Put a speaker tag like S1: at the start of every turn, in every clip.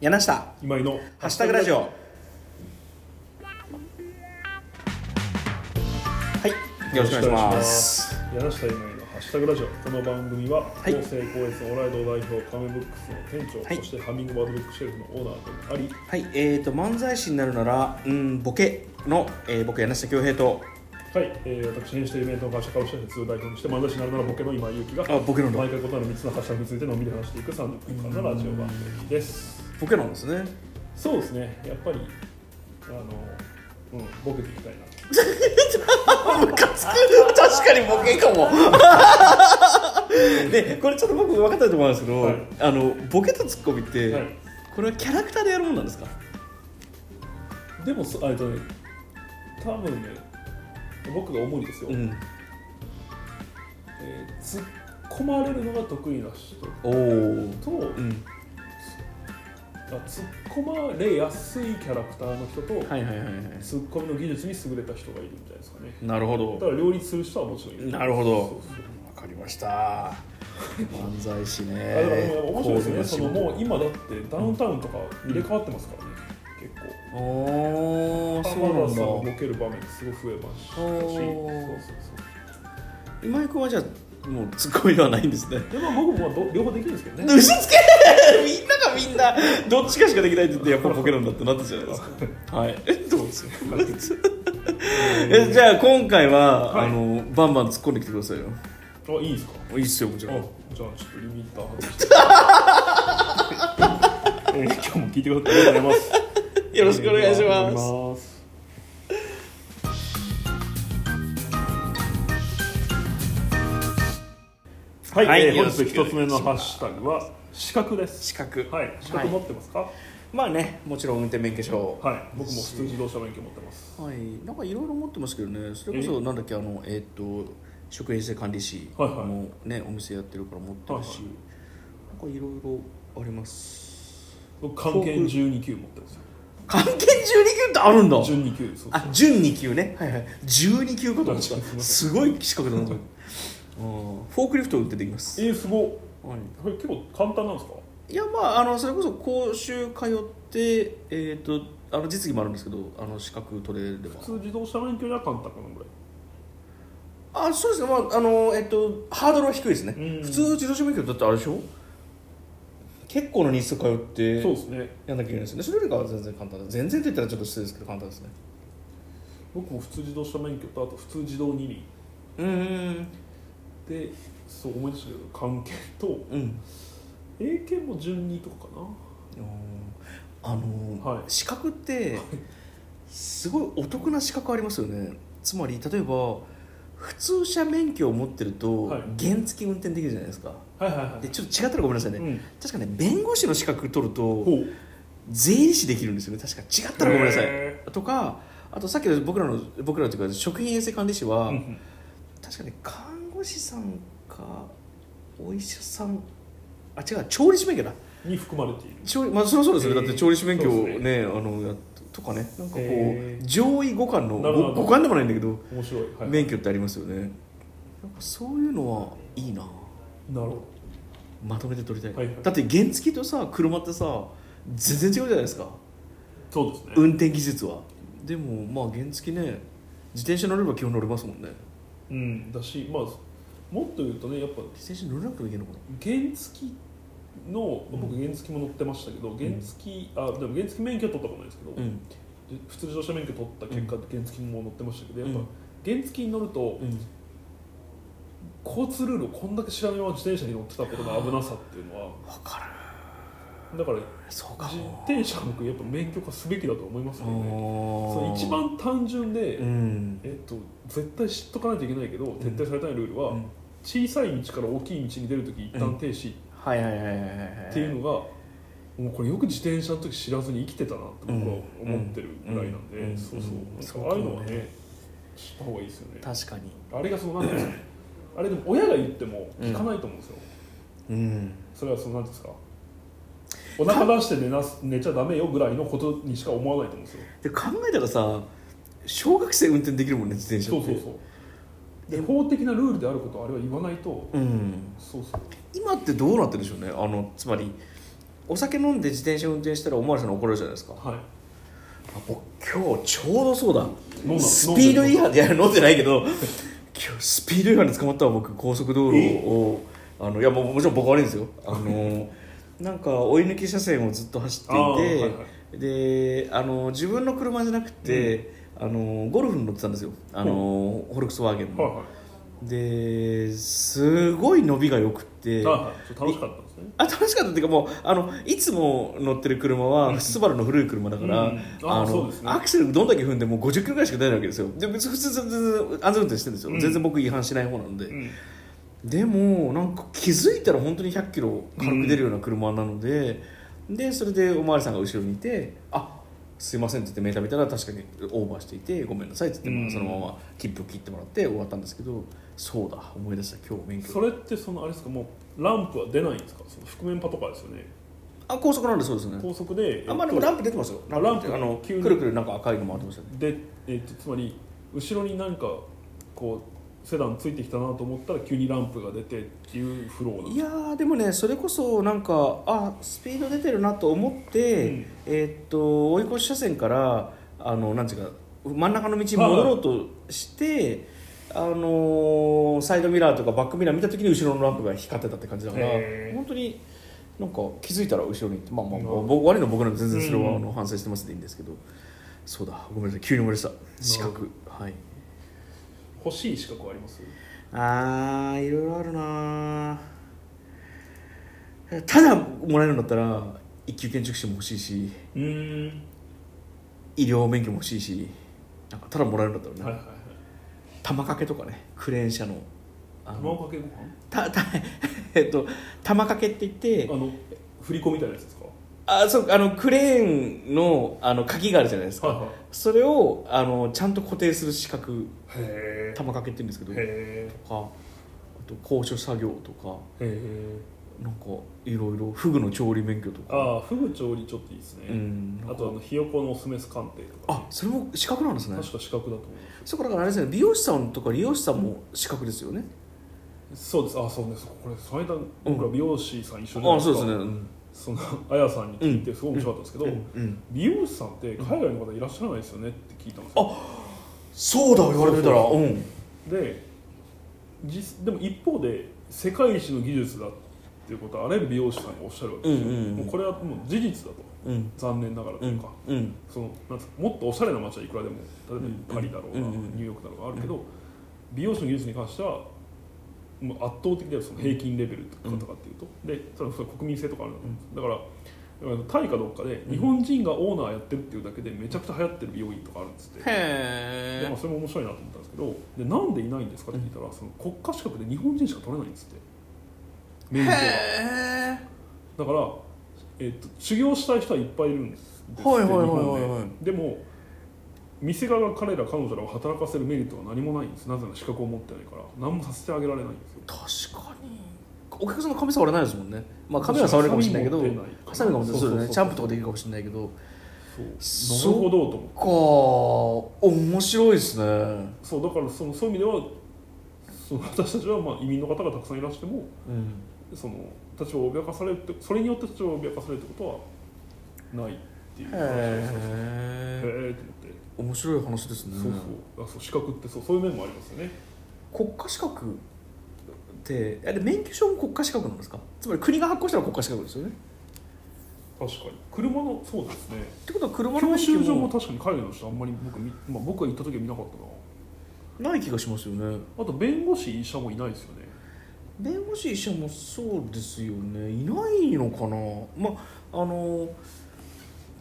S1: 柳下
S2: 今井の
S1: ハッシュタグラジオはいよろしくお願いします
S2: 柳下今井のハッシュタグラジオこの番組は
S1: い
S2: 厚生高越オライド代表カメブックスの店長、
S1: はい
S2: そしてハミングバードブックシェルフのオーナーであり
S1: はいえー、と漫才師になるならうんボケの、えー僕柳下恭平と
S2: はい、えー、私編集とイベントの会社株式会社2代表にして漫才師になるならボケの今井ゆきが
S1: あボケの
S2: 毎回答えの3つのハッシュタグについてのみで話していく30分間のラジオ番組です
S1: ボケなんですね
S2: そうですねやっぱりあのうんボケていきたいな
S1: ムカつく確かにボケ かもでこれちょっと僕分かったと思うんですけど、
S2: はい
S1: あのボケとツッコミって、
S2: はい
S1: これはキャラクターでやるもんなんですか
S2: でもそあえっとね多分ね僕が思うんですよ、
S1: ん
S2: えー突っ込まれるのが得意な人
S1: おお
S2: と、
S1: うん
S2: あ突っ込まれやすいキャラクターの人と、
S1: はいはいはいはい
S2: 突っ込みの技術に優れた人がいるんじゃないですかね
S1: なるほ
S2: だ
S1: ど
S2: から両立する人はもちろんいる
S1: なるほど
S2: そうそう
S1: わかりました漫才師ね
S2: あだからでも面白い
S1: 高度
S2: で
S1: な
S2: す
S1: 仕
S2: ねその
S1: 事
S2: もう今だってダウンタウンとか入れ替わってますからね、結構
S1: おーそう
S2: 浜田さん
S1: な
S2: を
S1: んだ
S2: ボケる場面すごい増えましたし
S1: あー
S2: そうそうそう
S1: 今井君はじゃあもうツッコミではないんですね
S2: でも僕もまあど両方できるんですけどね。
S1: 嘘つけみんながみんなどっちかしかできないって言ってやっぱボケるんだってなったじゃないです かはいえどうですよえじゃあ今回は、
S2: はい
S1: あのバンバン突っ込んできてくださいよ
S2: あ、いいですか。
S1: いいっすよもち
S2: あ、
S1: ろ
S2: じゃ
S1: ん
S2: あちょっとリミッター外して。 えー今日も聞いてくださってありがとうございます。
S1: よろしくお願いし
S2: お願
S1: ま
S2: い
S1: す
S2: します。はい、
S1: はい
S2: えー
S1: よ
S2: 本
S1: ろし
S2: 日
S1: く
S2: 一つ目のハッシュタグは資格です。
S1: 資格
S2: はい、資格持ってますか。はい、
S1: まあねもちろん運転免許証
S2: 僕も普通自動車免許持ってます。
S1: はいなんかいろいろ持ってますけどねそれこそなんだっけあのえーっと食品衛生管理士
S2: はいはい
S1: もねお店やってるから持ってるし
S2: は
S1: なんかいろいろあります
S2: 僕関係12級持ってますよ。
S1: 関係12級ってあるんだ
S2: 12級そうそう
S1: あ準2級ねはいはい12級かと思っ
S2: すいませ
S1: た
S2: ん
S1: すごい資格だなと思ってフォークリフトを運転できます、
S2: えー、すごっ
S1: は
S2: これ結構簡単なんですか
S1: い、いやまああのそれこそ講習通ってえっ、とあの実技もあるんですけどあの資格取れれば
S2: 普通自動車免許じゃ簡単かなぐらい
S1: あそうですねまああのえっとハードルは低いですね
S2: うん
S1: 普通自動車免許だってあれでしょ結構な日数通って
S2: そうですね
S1: やんなきゃいけないですよねそれよりかは全然簡単だ全然って言ったらちょっと失礼ですけど簡単ですね
S2: 僕も普通自動車免許とあと普通自動二輪
S1: うん
S2: でそう思い出したけど関係と
S1: うん
S2: 英検も順二とかかな
S1: あの、
S2: はい
S1: 資格ってすごいお得な資格ありますよねつまり例えば普通車免許を持ってると
S2: はい
S1: 原付運転できるじゃないですか、
S2: はいはいは
S1: でちょっと違ったらごめんなさいね、
S2: うん
S1: 確かね弁護士の資格取ると
S2: ほう
S1: 税理士できるんですよね確か違ったらごめんなさい
S2: へ
S1: とかあとさっきの僕らの僕らというか食品衛生管理士は、
S2: うんうん
S1: 確かね看護師さんかお医者さんあ違う調理師免許だ
S2: に含まれている
S1: 調理まあそりゃそうですよね、
S2: えー
S1: だって調理師免許を
S2: そう
S1: ね
S2: です
S1: あのやっとかねなんかこう、
S2: えー
S1: 上位互換の
S2: なるほ
S1: ご
S2: ど
S1: 互換でもないんだけど、
S2: 面白い、はい、
S1: 免許ってありますよねなんかそういうのはいいな
S2: なるほ
S1: まとめて取りたい、
S2: はいはい
S1: だって原付とさ車ってさ全然違うじゃないですか
S2: どそうですね、
S1: 運転技術はでもまあ原付ね自転車乗れば基本乗れますもんね
S2: うん、だしまあもっと言うとねやっぱ
S1: 自転車乗れなくてもいけるのかな
S2: 原付のまあ僕原付も乗ってましたけど、原付あでも原付免許取ったことないですけど、
S1: うん
S2: で普通自動車免許取った結果、原付も乗ってましたけどやっぱ、
S1: うん
S2: 原付に乗ると、
S1: うん
S2: 交通ルールをこんだけ知らないまま自転車に乗ってたことの危なさっていうのは
S1: 分か
S2: だから
S1: るそうか
S2: 自
S1: も
S2: 転車は僕やっぱ免許化すべきだと思いますよねそ
S1: そ
S2: の一番単純で、
S1: うん
S2: えっと、絶対知っとかないといけないけど徹底されたいルールは、
S1: うん
S2: 小さい道から大きい道に出るとき一旦停止
S1: はいはいはいはいはいはい
S2: っていうのが、もうこれよく自転車の時知らずに生きてたなって僕は思ってるぐらいなんで、
S1: うんうん
S2: そ
S1: う
S2: う
S1: ん
S2: そう、なんかああいうの
S1: そ
S2: は
S1: うかも
S2: ね知った方がいいですよね
S1: 確かに
S2: あれがそのなんていうんですかあれでも親が言っても聞かないと思うんですよ、
S1: うん
S2: それはそのなんていうんですかお腹出して寝なす寝ちゃダメよぐらいのことにしか思わないと思うんですよ
S1: で考えたらさ小学生運転できるもんね自転車
S2: そ
S1: っ
S2: う
S1: て
S2: そうそうで法的なルールであることをあれは言わないと
S1: うん
S2: そうそう
S1: 今ってどうなってるんでしょうねあのつまりお酒飲んで自転車運転したらおまわりさんに怒られるじゃないですか
S2: はい
S1: あ僕今日ちょうどそうだ
S2: 飲んだ
S1: スピード違反でいや飲んでないけど今日スピード違反で捕まったわ僕高速道路をあのいやもうもちろん僕悪いんですよあのなんか追い抜き車線をずっと走っていて
S2: あーはいは
S1: であの自分の車じゃなくて、あのゴルフに乗ってたんですよあの、ホルクスワーゲンの、
S2: はいはい
S1: ですごい伸びが良くって
S2: あはいそう楽しかったんですね
S1: あ楽しかったっていうかもうあのいつも乗ってる車はスバルの古い車だから、
S2: うんあそうですね
S1: アクセルどんだけ踏んでも50キロぐらいしか出ないわけですよで別に普通全然安全運転してるんですよ、
S2: うん
S1: 全然僕違反しない方なんで、
S2: うん
S1: でもなんか気づいたら本当に100キロ軽く出るような車なので、でそれでお巡りさんが後ろにいて「あすいません」って言ってメーター見たら確かにオーバーしていて「ごめんなさい」って言って、ま
S2: うん
S1: あ、そのまま切符を切ってもらって終わったんですけどそうだ思い出した今日免許
S2: それってそのあれですかもうランプは出ないんですかその覆面パとかですよね
S1: あ高速なんでそうですね
S2: 高速で
S1: あまあでもランプ出てますよ
S2: あランプ
S1: あの
S2: 急に
S1: くるくるなんか赤いのもあってましたね
S2: で、えっとつまり後ろになんかこうセダンついてきたなと思ったら急にランプが出てっていうフローなん
S1: い
S2: で
S1: や
S2: す
S1: ーでもねそれこそなんかあスピード出てるなと思って、
S2: うん
S1: えーっと追い越し車線からあのなんていうか真ん中の道に戻ろうとして、あのーサイドミラーとかバックミラー見た時に後ろのランプが光ってたって感じだから
S2: へー
S1: 本当になんか気づいたら後ろに行ってまあまあ、
S2: うん
S1: 僕悪いの僕なんで全然それはあ
S2: う
S1: の反省してますでいいんですけど、そうだごめんなさい急に思い出した資格はい
S2: 欲しい資格はあります
S1: あーいろいろあるなただもらえるんだったら一級建築士も欲しいし
S2: うーん
S1: 医療免許も欲しいしなんかただもらえるんだったらね、
S2: はいはいはい
S1: 玉掛けとかねクレーン車のあ
S2: 卵
S1: の
S2: かけご飯
S1: た たえっと玉掛けって言って
S2: あの振り子みたいなやつですか
S1: あそうあのクレーンのあの鍵があるじゃないですか、
S2: はいはい
S1: それをあのちゃんと固定する資格
S2: へ
S1: 玉掛けって言うんですけどと
S2: へ
S1: かあと高所作業とか
S2: え
S1: なんかいろいろフグの調理免許とか
S2: ああフグ調理ちょっといいですね、
S1: うん
S2: あとあのひよこのオスメス鑑定とか
S1: あそれも資格なんですね
S2: 確か資格だと思いま
S1: そうかだからあれですね美容師さんとか理容師さんも資格ですよね、
S2: すそうですあそうねそうこれ最短
S1: ん
S2: 僕ら美容師さん一緒じゃない
S1: あ
S2: です
S1: そう
S2: か、
S1: ですねうん
S2: そのあやさんに聞いてすごい面白かったんですけど、
S1: うん
S2: 美容師さんって海外の方いらっしゃらないですよねって聞いたんですよ
S1: そうだ言われてみたら
S2: そううんで実でも一方で世界一の技術だっていうことはあらゆる美容師さんがおっしゃるわけですよ、
S1: うんうんうん
S2: もうこれはもう事実だと
S1: うん
S2: 残念ながらと
S1: う
S2: いうんか、
S1: うん
S2: そのなんつうのもっとおしゃれな街はいくらでも例
S1: うん
S2: えばパリだろうが、
S1: うんうん
S2: ニューヨークだろうがあるけど、美容師の技術に関してはもう圧倒的であるその平均レベルとか
S1: うん
S2: とかっていうと、でそれはそれは国民性とかあるんだと思うんですだからタイかどっかで日本人がオーナーやってるっていうだけでめちゃくちゃ流行ってる美容院とかあるんですって、
S1: へ
S2: でま
S1: え
S2: あ、それも面白いなと思ったんですけどでなんでいないんですかって聞いたら、その国家資格で日本人しか取れないんですって免許
S1: へ
S2: が
S1: え
S2: だから、えっと修行したい人はいっぱいいるんですって
S1: はいはいはいはい
S2: 日本で
S1: はい
S2: でも店側が彼ら彼女らを働かせるメリットは何もないんですなぜなら資格を持ってないから何もさせてあげられないんですよ
S1: 確かにお客さんの髪触れないですもんねまあ髪は触れるかもしれないけど
S2: 確かに
S1: ハサミかもしれない
S2: そ
S1: そうう
S2: そう
S1: だ
S2: そう
S1: ねチャンプとかできるかもしれないけど
S2: そうなるほどと思って
S1: か面白いですね
S2: そうだからそのそういう意味ではその私たちはまあ移民の方がたくさんいらしても
S1: うん
S2: その立場を脅かされるってそれによって立場を脅かされるってことはないっていう話ですねへえ
S1: へえ
S2: と思って、
S1: 面白い話ですね
S2: そうそうあそう資格ってそうそういう面もありますよね
S1: 国家資格ってあれ免許証も国家資格なんですかつまり国が発行したら国家資格ですよね
S2: 確かに車のそうですね
S1: ってことは車の
S2: 教
S1: 免許
S2: 習所も
S1: も
S2: 確かに海外の人あんまり僕,、まあ、僕が行った時は見なかったな
S1: ない気がしますよね
S2: あと弁護士医者もいないですよね
S1: 弁護士医者もそうですよねいないのかなまああの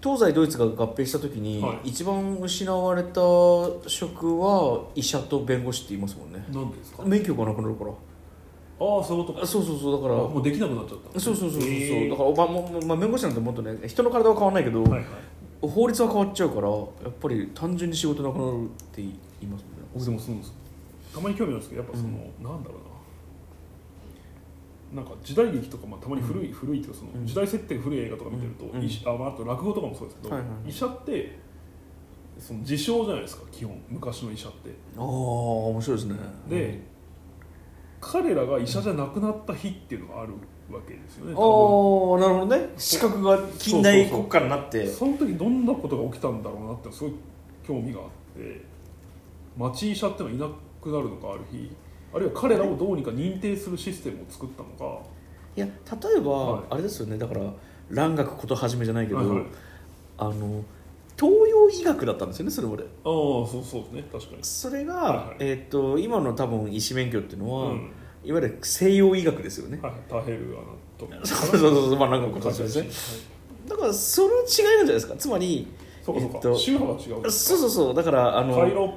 S1: 東西ドイツが合併した時に、
S2: はい
S1: 一番失われた職は医者と弁護士って言いますもんね
S2: なんでですかあ
S1: 免許がなくなるから
S2: あそういうこと
S1: あ
S2: か
S1: そうそうそうだから
S2: もうできなくなっちゃった
S1: そうそうそうそうそう、
S2: へえ
S1: だからおばももまあ、弁護士なんてもっとね人の体は変わらないけど、
S2: はいはい
S1: 法律は変わっちゃうからやっぱり単純に仕事なくなるって言いますもんね
S2: 僕でもそうなんですよたまに興味あるんですけどやっぱその、
S1: うん
S2: なんだろうななんか時代劇とか、まあ、たまに古い、古いっていうかその、
S1: うん
S2: 時代設定が古い映画とか見てると、
S1: うん
S2: 医師あまあ、あと落語とかもそうですけど、
S1: はいはい
S2: 医者ってその自称じゃないですか基本昔の医者って
S1: ああ面白いですね
S2: で、彼らが医者じゃなくなった日っていうのがあるわけですよね
S1: ああなる
S2: 多
S1: ほどね資格が近代国家になって
S2: 分その時どんなことが起きたんだろうなってすごい興味があって町医者ってのはいなくなるのかある日あるいは彼らをどうにか認定するシステムを作ったのか、
S1: いや例えば、
S2: はい
S1: あれですよねだから蘭学ことはじめじゃないけど、
S2: はいはい
S1: あの東洋医学だったんですよねそれまで
S2: ああそうそうですね確かに
S1: それが、
S2: はいはい
S1: えー、と今の多分医師免許っていうのは、
S2: うん
S1: いわゆる西洋医学ですよね、
S2: はい、タヘルアナとか
S1: そうそうそうまあ蘭学ことはじめですね
S2: そ
S1: だからその違いなんじゃないですかつまり
S2: うかそうか、
S1: えっと
S2: 宗派が違う
S1: そうそうそうだからあの
S2: カイロ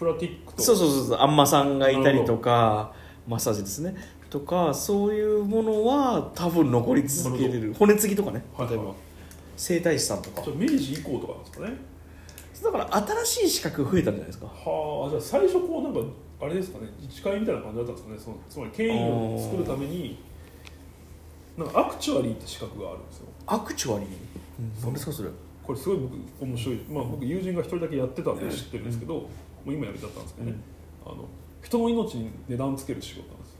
S2: プラティックと
S1: そうそうそうそうあんまさんがいたりとかマッサージですねとかそういうものは多分残り続けれ
S2: な
S1: る骨継ぎとかね
S2: はいはい
S1: 整体師さんとか
S2: じゃあ明治以降とかなんですかね
S1: だから新しい資格が増えたんじゃないですか
S2: はあじゃあ最初こうなんかあれですかね自治会みたいな感じだったんですかねそのつまり権威を作るためになんかアクチュアリーって資格があるんですよ
S1: アクチュアリー何ですかそれ
S2: これすごい僕面白い、まあ、僕友人が一人だけやってたんで知ってるんですけど、もう今やめちゃったんですけどね、あの人の命に値段つける仕事なんですよ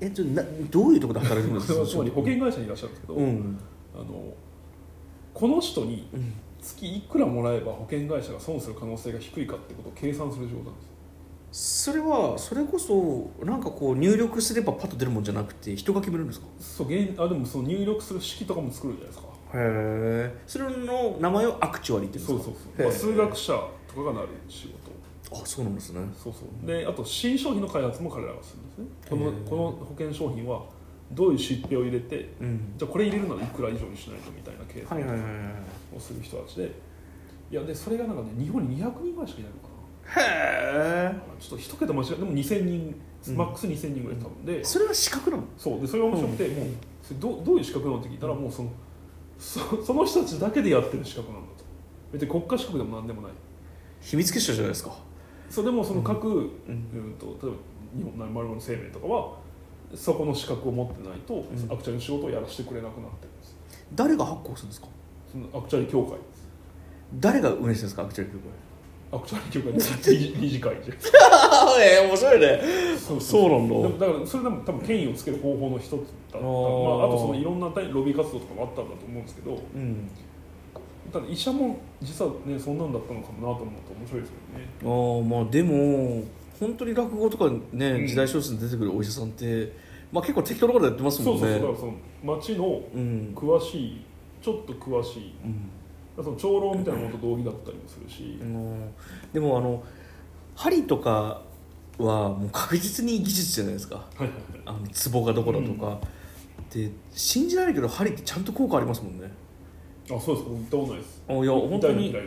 S1: えっとなどういうところで働いてるん ですか
S2: これは つまり保険会社にいらっしゃるんですけど、
S1: うん
S2: あのこの人に
S1: うん
S2: 月いくらもらえば保険会社が損する可能性が低いかってことを計算する仕事なんですよ
S1: それはそれこそなんかこう入力すればパッと出るもんじゃなくて人が決めるんですか
S2: そう現あでもその入力する式とかも作るじゃないですか
S1: へえそれの名前をアクチュアリーって言
S2: そううん
S1: です
S2: そ
S1: か
S2: うそう、まあ、
S1: へえ
S2: 数学者とかがなる仕事
S1: あそうなんですね
S2: そうそうであと新商品の開発も彼らがするんですねこ
S1: へ
S2: の
S1: え
S2: この保険商品はどういう出費を入れて
S1: うん
S2: じゃあこれ入れるならいくら以上にしないとみたいな計
S1: はい
S2: 算
S1: はいはい
S2: をする人たちで、いやでそれがなんかね日本に200人ぐらいしかいないの
S1: は
S2: か
S1: いへ
S2: なちょっと一桁間違えでも2000人、
S1: うん
S2: マックス2000人ぐらい多分で、
S1: えそれは資格なの
S2: そうでそれが面白くて、もうそれどうどういう資格なのって聞いたら、もうそのそその人たちだけでやってる資格なんだと別に国家資格でも何でもない
S1: 秘密結社じゃないですか
S2: そうでもその各、うん
S1: うん
S2: と例えば日本丸々の生命とかはそこの資格を持ってないと、
S1: ん
S2: アクチャリの仕事をやらせてくれなくなってるんです
S1: 誰が発行するんですか
S2: そのアクチャリ協会
S1: 誰が運営してるんですかアクチュアリー協会
S2: アクチャリ協会の 理事理事会じゃん
S1: ああええ面白いね
S2: そう
S1: そうなんだ
S2: でもだからそれでも多分権威をつける方法の一つだった
S1: あー
S2: まあ、あとそのいろんなロビー活動とかもあったんだと思うんですけど
S1: うん
S2: ただ医者も実はねそんなんだったのかもなと思うと面白いですよね
S1: ああまあでも本当に落語とか
S2: う
S1: ね
S2: ん
S1: 時代小説に出てくるお医者さんって、まあ、結構適当なことやってますも
S2: そうんそうそう
S1: ね
S2: だからその町の
S1: うん
S2: 詳しいちょっと詳しい
S1: うん
S2: その長老みたいなものと同義だったりもするし
S1: あ、のでもあの針とかはもう確実に技術じゃないですか
S2: はいはい
S1: あのツボがどこだとか、で信じられないけど針ってちゃんと効果ありますもんね
S2: はいあそうですか僕行ったことないです
S1: あいや本当に
S2: 痛い
S1: い
S2: の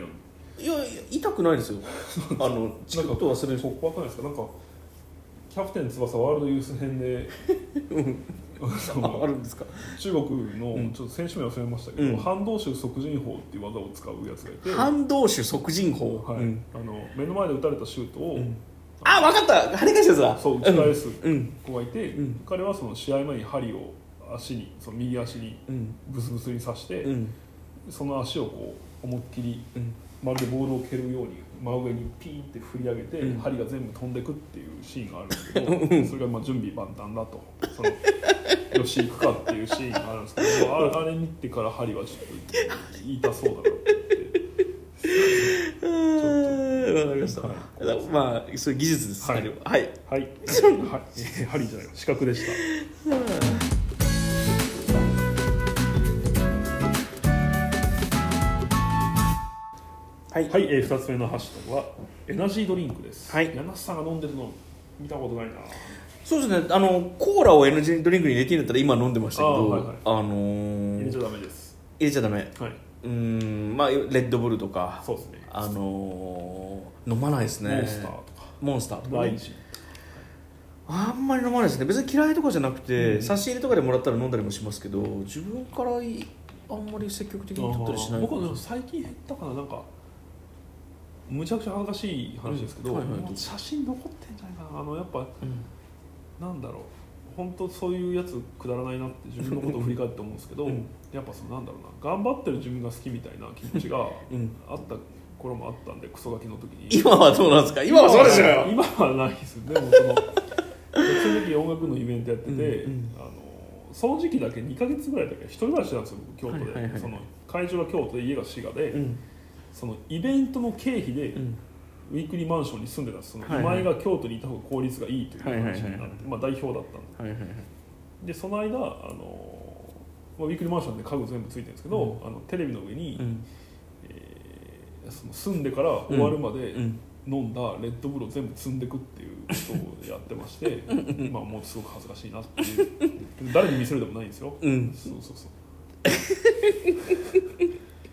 S1: やいや痛くないです よあのチクッと忘れる
S2: 嫌いなの僕わかんないですかなんかキャプテン翼ワールドユース編でそ
S1: あ
S2: の
S1: あるんですか
S2: 中国のちょっと選手名忘れましたけど、
S1: うん
S2: 反動手即陣法っていう技を使うやつがいて、
S1: 反動手即人法、
S2: はい
S1: うん
S2: あの目の前で打たれたシュートを、
S1: んあ分かった針返しですだ
S2: そう打ち返す
S1: うん
S2: 子がいて、
S1: うん
S2: 彼はその試合前に針を足にその右足に
S1: うん
S2: ブスブスに刺して、
S1: うん
S2: その足をこう思いっきり
S1: うん
S2: まるでボールを蹴るように真上にピーンって振り上げて、
S1: うん
S2: 針が全部飛んでくっていうシーンがあるんです けどそれがまあ準備万端だとそのよし行くかっていうシーンがあるんですけどああれ見てから針はちょっと痛そうだなって
S1: あーわかりました、
S2: は
S1: だまあそういう技術です
S2: はい
S1: あれははい
S2: はい、はい、針じゃない視覚でした
S1: はい
S2: はい、えー、2つ目のハッシュタグはエナジードリンクです、
S1: はい
S2: 柳瀬さんが飲んでるの見たことないな
S1: そうですねあのコーラをエナジードリンクに入れていいんだったら今飲んでましたけどあ,、
S2: あーはいは
S1: の
S2: い入
S1: ー
S2: れちゃ
S1: 入
S2: ダメです
S1: れちゃダメ
S2: はいう
S1: ーんまあレッドブルとか
S2: そうですね
S1: あのー飲まないですね
S2: モンスターとか
S1: モンスターとか
S2: ラ
S1: ね、
S2: イジ
S1: あんまり飲まないですね別に嫌いとかじゃなくて、
S2: うん
S1: 差し入れとかでもらったら飲んだりもしますけど自分からいあんまり積極的に取ったりしない
S2: 僕はでも最近減ったかななんかむちゃくちゃ恥ずかしい話ですけど、
S1: うんはいはい
S2: もう写真残ってんじゃないかなあのやっぱ
S1: うん
S2: なんだろう本当そういうやつくだらないなって自分のことを振り返って思うんですけど、
S1: うん
S2: やっぱそのなんだろうな頑張ってる自分が好きみたいな気持 ちが
S1: うん
S2: あった頃もあったんでクソガキの時に
S1: 今はどうなんですか今はそうです よ
S2: 今はないですでもそのその時音楽のイベントやってて、
S1: うんうん
S2: あのその時期だけ2か月ぐらいだけ一人暮らしなんですよ僕京都で、
S1: はいはいはい
S2: その会場は京都で家が滋賀で、
S1: うん
S2: そのイベントの経費で、
S1: うん
S2: ウィークリーマンションに住んでたんですその、
S1: はいはい
S2: お前が京都にいた方が効率がいいという話になって、
S1: はいはいはい
S2: まあ、代表だったんで
S1: はいはいはい
S2: でその間あの、まあ、ウィークリーマンションで家具全部ついてるんですけど、
S1: う
S2: あのテレビの上に、
S1: うん
S2: えーその住んでから終わるまで
S1: うん
S2: 飲んだレッドブルを全部積んでくっていうことをやってましてまあもうすごく恥ずかしいなっていう誰に見せるでもないんですよ、
S1: うん
S2: そうそうそう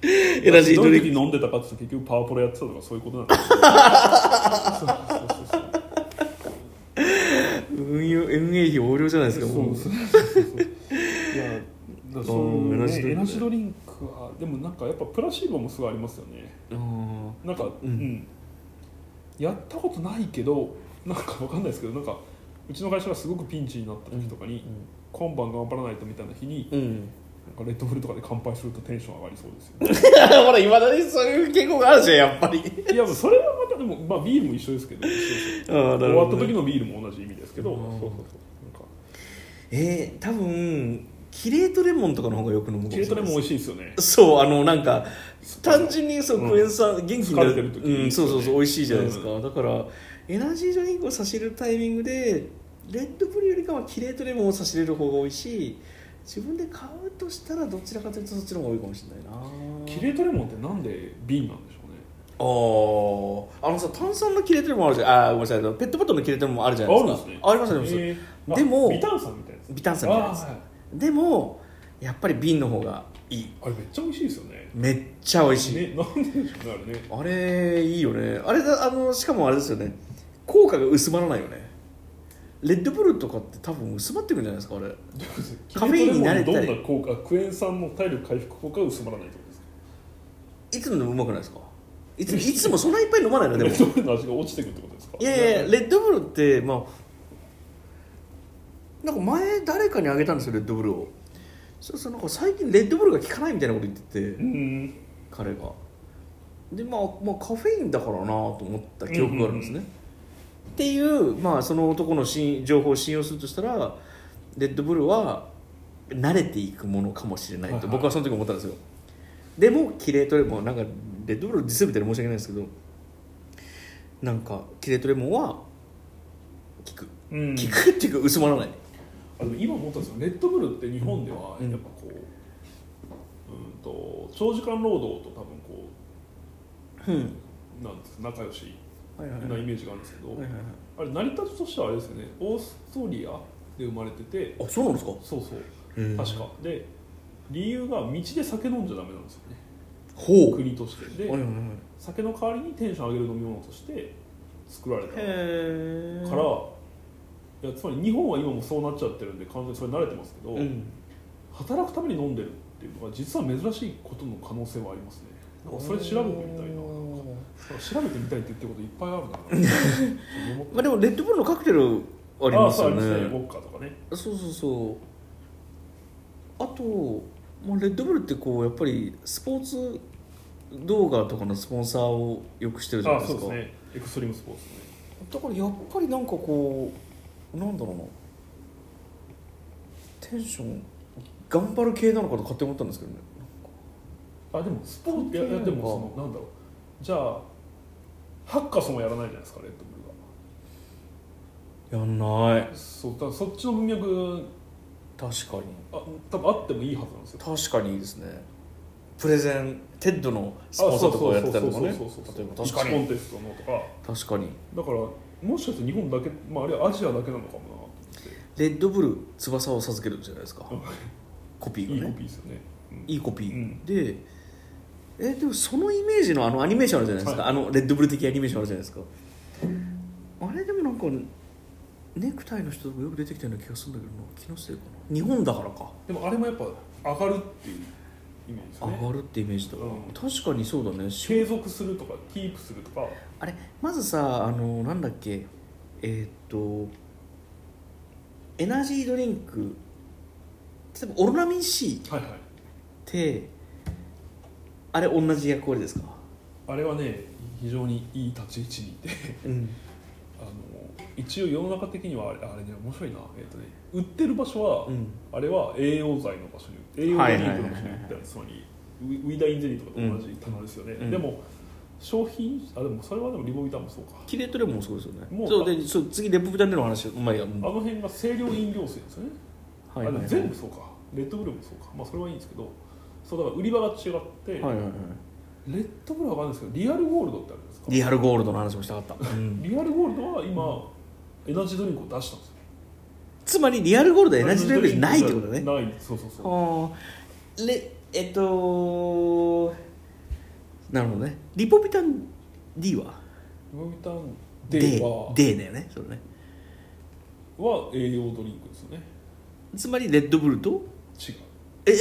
S1: エナジー
S2: ど
S1: ド
S2: うい
S1: リ
S2: う
S1: ンク
S2: 時飲んでたかって言うと結局パワポロやってたとかそういうことなんですけどそうそうそうそう
S1: 運用運営費横領じゃないですか
S2: そう
S1: もう
S2: そうそうそういやだからそう
S1: うん
S2: いう、
S1: エナジードリンクね
S2: ね、エナジードリンクはでもなんかやっぱプラシーボもすごいありますよね
S1: あ
S2: なんか
S1: う
S2: うんん、やったことないけどなんかわかんないですけどなんかうちの会社がすごくピンチになった時とかに、今晩頑張らないとみたいな日に
S1: ーうん
S2: なんかレッドブルとかで乾杯するとテンション上がりそうです
S1: ほらいまだにそういう傾向があるじゃんやっぱり
S2: よいやもうそれはまたでも、まあ、ビールも一緒ですけどそうそう
S1: ああな
S2: 終
S1: る
S2: わっ
S1: ほ
S2: た
S1: ど
S2: 時
S1: ね
S2: のビールも同じ意味ですけど
S1: う
S2: そ
S1: ん
S2: うそうそうなんか
S1: えー多分キレートレモンとかの方がよく飲むかもし
S2: キ
S1: れ
S2: レ
S1: ない
S2: ートレも美
S1: い
S2: 味しいですよね
S1: そうあのなんか単純にそう
S2: うん
S1: クエン酸、元気にな
S2: 疲れてる時
S1: うん、そうそうそう美味しいじゃないですか、
S2: う
S1: だからエナジードリンクを差し入れるタイミングでレッドブルよりかはキレートレモンを差し入れる方が美味しい自分で買うとしたらどちらかというとそっちの方が多いかもしれないな
S2: キレートレモンってなんで瓶なんでしょうね
S1: あーあのさ炭酸の切れてるもあるじゃんあーごめんなさいあのペットボトルの切れてるもあるじゃないですか
S2: あるんですね
S1: ありますあります、
S2: えーあ
S1: でも
S2: ビタン酸みたいなやつ
S1: ビタン酸みたいなやつ
S2: あーはい
S1: でもやっぱり瓶の方がいい
S2: あれめっちゃ美味しいですよね
S1: めっちゃ美味しい、
S2: ねなんででしょうねあれね
S1: あれいいよねあれだあのしかもあれですよね効果が薄まらないよねレッドブルとかって多分薄まってくるんじゃないですかあれ カフェインに慣れたり
S2: キレートレモンのどんな効果クエン酸の体力回復効果が薄まらないってことですか
S1: いつもでもうまくないですかいついつもそんないっぱい飲まないので
S2: レ
S1: も
S2: ッドブルの味が落ちてくるってことですか
S1: いやいやレッドブルってまあなんか前誰かにあげたんですよレッドブルをそうそうなんか最近レッドブルが効かないみたいなこと言って
S2: う
S1: て
S2: ん
S1: 彼がでまあ、まあ、カフェインだからなと思った記憶があるんですね、っていうまあその男のし情報を信用するとしたらレッドブルは慣れていくものかもしれない
S2: はい
S1: と
S2: はい
S1: 僕はその時思ったんですよでもキレートレモンなんかレッドブルをディスるみたいで申し訳ないですけどなんかキレートレモンは効く
S2: うん
S1: 効くっていうか薄まらない、
S2: あの今思ったんですよレッドブルって日本では
S1: う
S2: や
S1: ん
S2: っぱこう、うん、と長時間労働と多分こ
S1: うん
S2: うなんですか仲良し
S1: はいはい
S2: なイメージがあるんですけど、
S1: はいはいはい
S2: あれ成り立ちとしてはあれですよねオーストリアで生まれてて
S1: あそうなんですか
S2: そうそう
S1: へえ
S2: 確かで理由が道で酒飲んじゃダメなんですよね
S1: ほう
S2: 国として
S1: はいはい
S2: で
S1: はい
S2: 酒の代わりにテンション上げる飲み物として作られたか
S1: へえ
S2: らいやつまり日本は今もそうなっちゃってるんで完全にそれ慣れてますけど、
S1: うん
S2: 働くために飲んでるっていうのが実は珍しいことの可能性はありますねなんかそれ調べてみたいな調べてみたいって言ってることいっぱいあるなそう思っ
S1: まあでもレッドブルのカクテルありますよ
S2: あそうありウ
S1: ね
S2: ォッカとかね
S1: そうそうそうあと、まあ、レッドブルってこうやっぱりスポーツ動画とかのスポンサーをよくしてるじゃない
S2: あ
S1: で
S2: そ
S1: す
S2: う
S1: か
S2: ですねエクストリームスポーツね
S1: だからやっぱりなんかこうなんだろうなテンション頑張る系なのかと勝手に思ったんですけどね
S2: あでもスポーツい
S1: 関係ないの
S2: やいや
S1: か
S2: でもそのなんだろうじゃあハッカソンはやらないじゃないですかレッドブルが
S1: やんない
S2: そうだからそっちの文脈
S1: 確かに
S2: あ多分あってもいいはずなんですよ
S1: 確かにいいですねプレゼンテッドのスポンサーとかをやってたりとかね
S2: そうそうそうそう
S1: 例えば
S2: 一
S1: 確か
S2: コン
S1: に
S2: テストのとか
S1: 確かに
S2: だからもしかして日本だけ、まあ、あれはアジアだけなのかもなと思っ
S1: レッドブル翼を授けるじゃないですかコピ
S2: てい
S1: ー
S2: い
S1: が
S2: コ
S1: ね
S2: ピーですよね、うん
S1: いいコピー、
S2: うん
S1: でえでもそのイメージのあのアニメーションあるじゃないですか、
S2: は
S1: あのレッドブル的アニメーションあるじゃないですかあれでもなんかネクタイの人とかよく出てきたような気がするんだけどな気のせいかな日本だからか
S2: でもあれもやっぱ上がるっていうイメージですよね
S1: 上がるってイメージだわ、
S2: うん
S1: 確かにそうだねし
S2: 継続するとかキープするとか
S1: あれまずさあのなんだっけえーっとエナジードリンク例えばオロナミン C
S2: はいはい
S1: ってあれ同じ役割ですか、
S2: あれはね非常にいい立ち位置にいて
S1: うん、
S2: あの一応世の中的にはあれあれね面白いな、えっとね、売ってる場所は、
S1: うん
S2: あれは栄養剤の場所に栄養ドリンクの場所に売ってあるつまりウィウィダインゼリーとかと同じ棚ですよね、
S1: うん
S2: でも商品あでもそれはでもリボビタンもそうか
S1: キレートレモンもそうですよね
S2: もう
S1: そうでそう次レプブタンでの話うまいや
S2: あの辺が清涼飲料水ですよね、
S1: はいはい
S2: あ
S1: は
S2: で
S1: い
S2: も全部そうかレッドブルもそうかまあそれはいいんですけどそうだから売り場が違って、
S1: はいはいはい
S2: レッドブルは分かんないですけどリアルゴールドってあるんですか
S1: リアルゴールドの話もしたかった、うん
S2: リアルゴールドは今、エナジードリンクを出したんですよ
S1: つまりリアルゴールドはエナジードリンクじゃないってことだね
S2: ないそうそうそう
S1: はあレえっとなるほどねリポビタン D は
S2: リボビタンデーは
S1: D だよねそれね
S2: は栄養ドリンクですよね
S1: つまりレッドブルと
S2: 違う
S1: え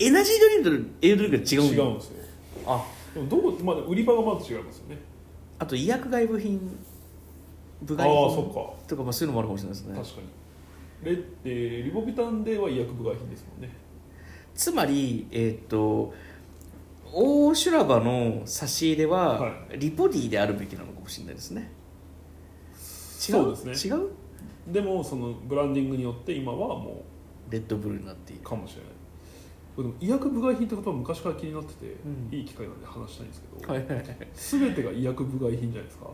S1: えエナジードリンクと栄養ドリンクが違うんだ
S2: 違うんですよ
S1: あ
S2: でもどこ、まあ、売り場がまず違いますよね
S1: あと医薬外部品部外
S2: ああそっ
S1: 品
S2: か
S1: とかまあそういうのもあるかもしれないですね
S2: 確かにレッえーリボビタンデーは医薬部外品ですもんね
S1: つまりえーっと大修羅場の差し入れは
S2: は
S1: リポディであるべきなのかもしれないですね違
S2: そううですね
S1: 違う
S2: でもそのブランディングによって今はも
S1: レッドブルになっている
S2: うかもしれないでも医薬部外品ってことは昔から気になってて、
S1: うん
S2: いい機会なんで話したいんですけど、
S1: はいはいはい
S2: 全てが医薬部外品じゃないですか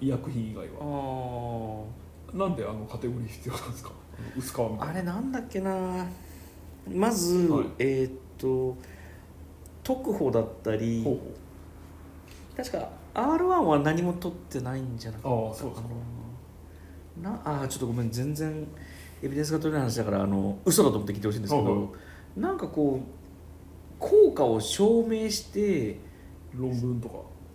S2: 医薬品以外は
S1: あ
S2: なんであのカテゴリー必要なんですかあの薄皮みたい
S1: あ
S2: な
S1: れなんだっけなまず、
S2: はい
S1: えーっと特保だったり
S2: ほう
S1: 確か R1 は何も取ってないんじゃなかっ
S2: ほうああ
S1: た
S2: そうです
S1: か
S2: か
S1: ななあーちょっとごめん全然エビデンスが取れない話だからあの嘘だと思って聞いてほしいんですけ
S2: はいは
S1: どなんかこう効果を証明して
S2: 論文とか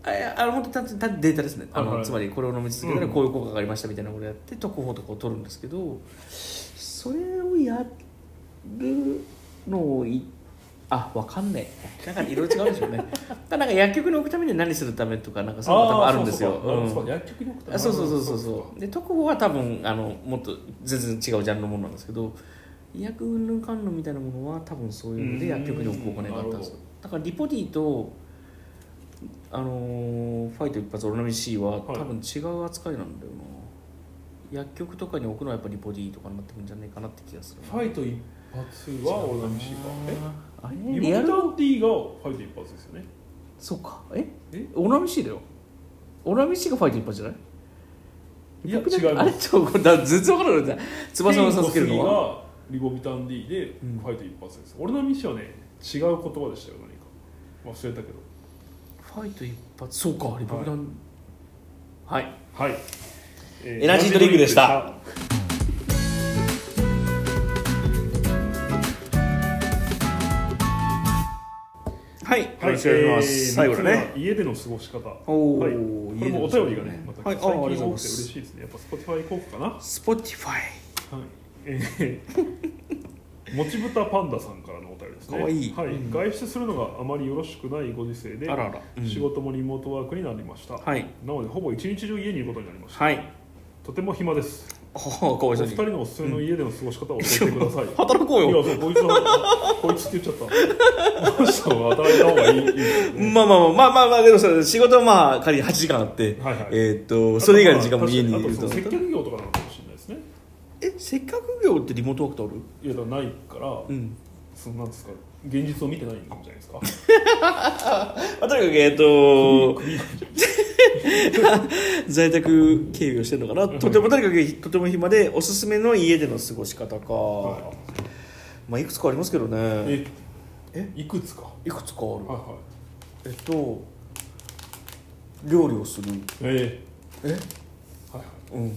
S1: あいやあの本当単純に単純にデータですねあの、
S2: はいはい
S1: つまりこれを飲み続けたら
S2: うん
S1: こういう効果がありましたみたいなことをやって特報とかを取るんですけどそれをやるのをいあわかんないなんかいろいろ違うんで しょうねただなんか薬局に置くために何するためとかなんかそういうの多分あるんですよ
S2: あーそうそう
S1: うん
S2: そう薬局に置くと
S1: あそうそうそうそうそうで特報は多分あのもっと全然違うジャンルのものなんですけど医薬云々かんぬんみたいなものは多分そういうので
S2: うん
S1: 薬局に置くお金があったんです
S2: なる
S1: だからリポディとあのーファイト一発オロナミン C は
S2: はい
S1: 多分違う扱いなんだよな、薬局とかに置くのはやっぱリポディとかになってくるんじゃないかなって気がする
S2: ファイト一発はオロナミン C か
S1: あ
S2: え
S1: れ
S2: リ
S1: リア
S2: ボ
S1: ル
S2: ビタン D がファイト一発ですよね
S1: そうかえ
S2: え
S1: オロナミン C だよオロナミン C がファイト一発じゃない
S2: いや
S1: リポディ
S2: 違います
S1: あれちょっとだ全然分からない翼を授けるのは
S2: はリボビタン D で
S1: うん
S2: ファイト一発です、オロナミン C はね違う言葉でしたよ何か忘れたけど
S1: ファイト一発そうかリポビタンはい、
S2: はい、え
S1: エナジードリンクでしたはい
S2: はい、えー
S1: 最後だね
S2: 三つ目は家での過ごし方
S1: おー
S2: はい、これもお便りがね
S1: 家での過ごし方ね
S2: また
S1: はいあ
S2: 最
S1: ー
S2: 近
S1: ありがとう
S2: 多
S1: ご
S2: くて嬉
S1: ざいます
S2: しいですねやっぱ Spotify 効果かなは
S1: Spotify
S2: いえー もちぶたパンダさんからのお便りですね
S1: かわいい
S2: はい
S1: うん
S2: 外出するのがあまりよろしくないご時世で
S1: あらあら、うん
S2: 仕事もリモートワークになりました、
S1: はい
S2: なのでほぼ一日中家にいることになりました、
S1: はい
S2: とても暇です
S1: おおかわ
S2: お
S1: いそう
S2: 二
S1: に
S2: 人のおすすめの家での過ごし方を教えてください
S1: 働こう
S2: い
S1: よ
S2: やそうこいつはこいつって言っちゃったこの人は働いた方がいいいいですね
S1: まあまあまあまあまあまあでもそれ仕事はまあ仮に8時間あって、
S2: はいはい
S1: えーっとそれ以外の時間も家にい
S2: あ
S1: る
S2: とそ
S1: と
S2: の接客業とかなのかもしれないですね
S1: え接客業ってリモートワークとある
S2: いやだからないから、
S1: うん
S2: そのなんですか現実を見てないんじゃないですか
S1: あとにかくえーっと 在宅経営をしてるのかなとてもとにかくとても暇でおすすめの家での過ごし方か、
S2: はい
S1: まあいくつかありますけどね
S2: ええいくつかはい
S1: くつかある
S2: いは
S1: えっと料理をする
S2: いえ
S1: え
S2: えはいは
S1: う
S2: い
S1: ん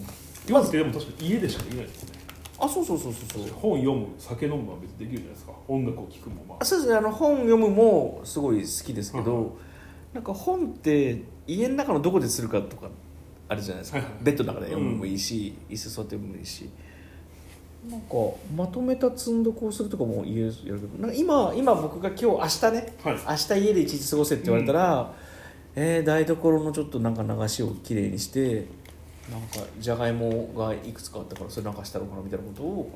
S2: 今ですけどでも確かに家でしかできないですね
S1: あそうそうそうそうそう
S2: 本読む酒飲むのは別にできるじゃないですか音楽を聴くもま
S1: あそうですねあの本読むもすごい好きですけど、
S2: はい
S1: なんか本って家の中のどこでするかとかあるじゃないですか、
S2: はいはい
S1: ベッドの中で読むのもいいし、椅子座って読むのもいいしなんかまとめた積んどくをするとかも家やるけどなんか今今僕が今日明日ね
S2: あはい
S1: 明日家で一日過ごせって言われたら、えー台所のちょっとなんか流しをきれいにしてなんかじゃがいもがいくつかあったからそれなんかしたのかなみたいなことを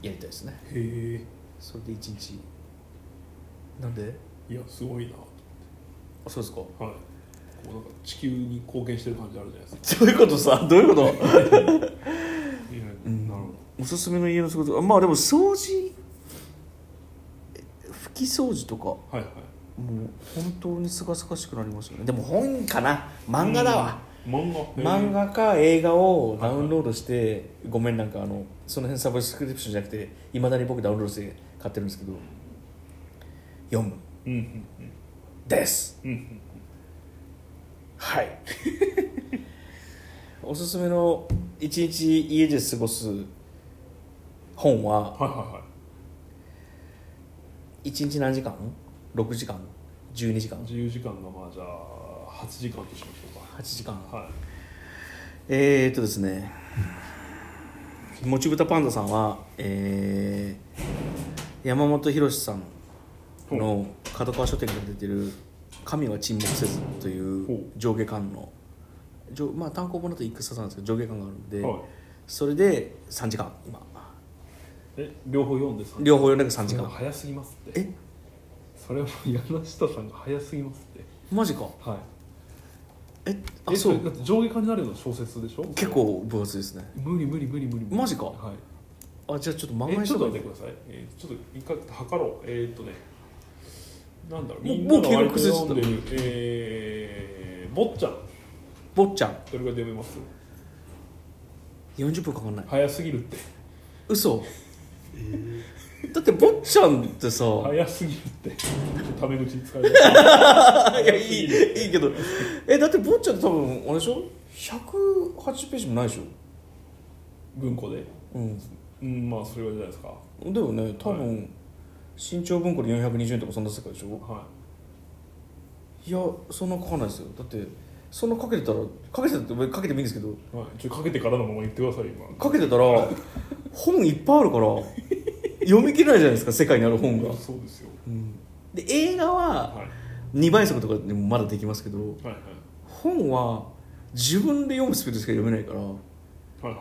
S1: やりたいですね
S2: へ
S1: それで一日なんで
S2: えいやすごいな
S1: あそうですか
S2: はいこうなんか地球に貢献してる感じあるじゃないですか
S1: そういうことさどういうこと
S2: いや
S1: ん
S2: なるほ
S1: おすすめの家の仕事あまあでも掃除拭き掃除とかも
S2: どはいは
S1: う本当にすがすがしくなりますよねでも本かな漫画だわ、
S2: い漫画へー
S1: 漫画か映画をダウンロードして、ごめんなんかあのその辺サブスクリプションじゃなくていまだに僕ダウンロードして買ってるんですけど読む
S2: うんうん
S1: です
S2: うんうん
S1: はい おすすめの一日家で過ごす本は
S2: はいはいは
S1: 1日何時間 ?6 時間12時間
S2: い自由時間がまあじゃあ8時間としましょ
S1: 8時間
S2: うかはい
S1: えー、っとですねもちぶたパンダさんは、えー、山本博さんの角川書店から出てる「神は沈黙せず」とい
S2: ほ
S1: う上下巻の上まあ単行本だといくつかなんですけど上下巻があるんで、
S2: はい
S1: それで3時間今
S2: え両方読んで3
S1: 両方読んで3時
S2: 時間
S1: 間
S2: 早すぎますって
S1: え
S2: それは 柳下さんが早すぎますって
S1: マジか
S2: はい
S1: えあ
S2: え
S1: そ
S2: れだ
S1: う
S2: って上下巻になるような小説でしょ
S1: 結構分厚いですね
S2: 無理無理無理無理無理
S1: マジか
S2: はい
S1: あじゃあちょっと漫画
S2: え
S1: に
S2: ち
S1: し
S2: ょっ
S1: とこう
S2: と待ってください、えーちょっと一回測ろうえー、っとねなんだろう
S1: もう
S2: みんなが
S1: もう
S2: 割と
S1: 記録
S2: 読んでるえー、坊っちゃん
S1: 坊ちゃん
S2: どれぐらいで読めます
S1: 40分かかんない
S2: 早すぎるって
S1: 嘘、だって坊ちゃんってさ、
S2: 早すぎるってタメ口使える
S1: い、やいいいいけどえだって坊ちゃんって多分あれでしょ108ページもないでしょ
S2: 文庫で
S1: うん
S2: うんまあそれぐらいじゃないですか
S1: だよね多分、新潮文庫で420円とかそんな世界でしょ
S2: はい
S1: やそんなかかんないですよだってそんなかけてたらかけてたって俺かけてもいいんですけど
S2: い、はい、ちょっとかけてからのまま言ってください今
S1: かけてたら本いっぱいあるから読み切れないじゃないですか世界にある本が、
S2: そうですよ
S1: うんで映画は
S2: はい
S1: 2倍速とかでもまだできますけど、
S2: はいはい
S1: 本は自分で読むスピードしか読めないから
S2: はいはいはい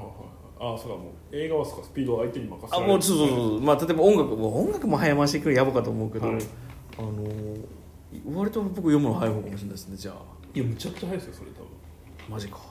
S2: ああそうかもう映画はそうかスピードは相手に任せら
S1: あ
S2: れる
S1: もうそうそうそう、まあ、例えば音楽も音楽も早回しでくるやぼかと思うけど、
S2: はい
S1: あのー割と僕読むの早い方かもしれないですねじゃあ
S2: いやむちゃくちゃ早いですよそれ多分
S1: マジか
S2: は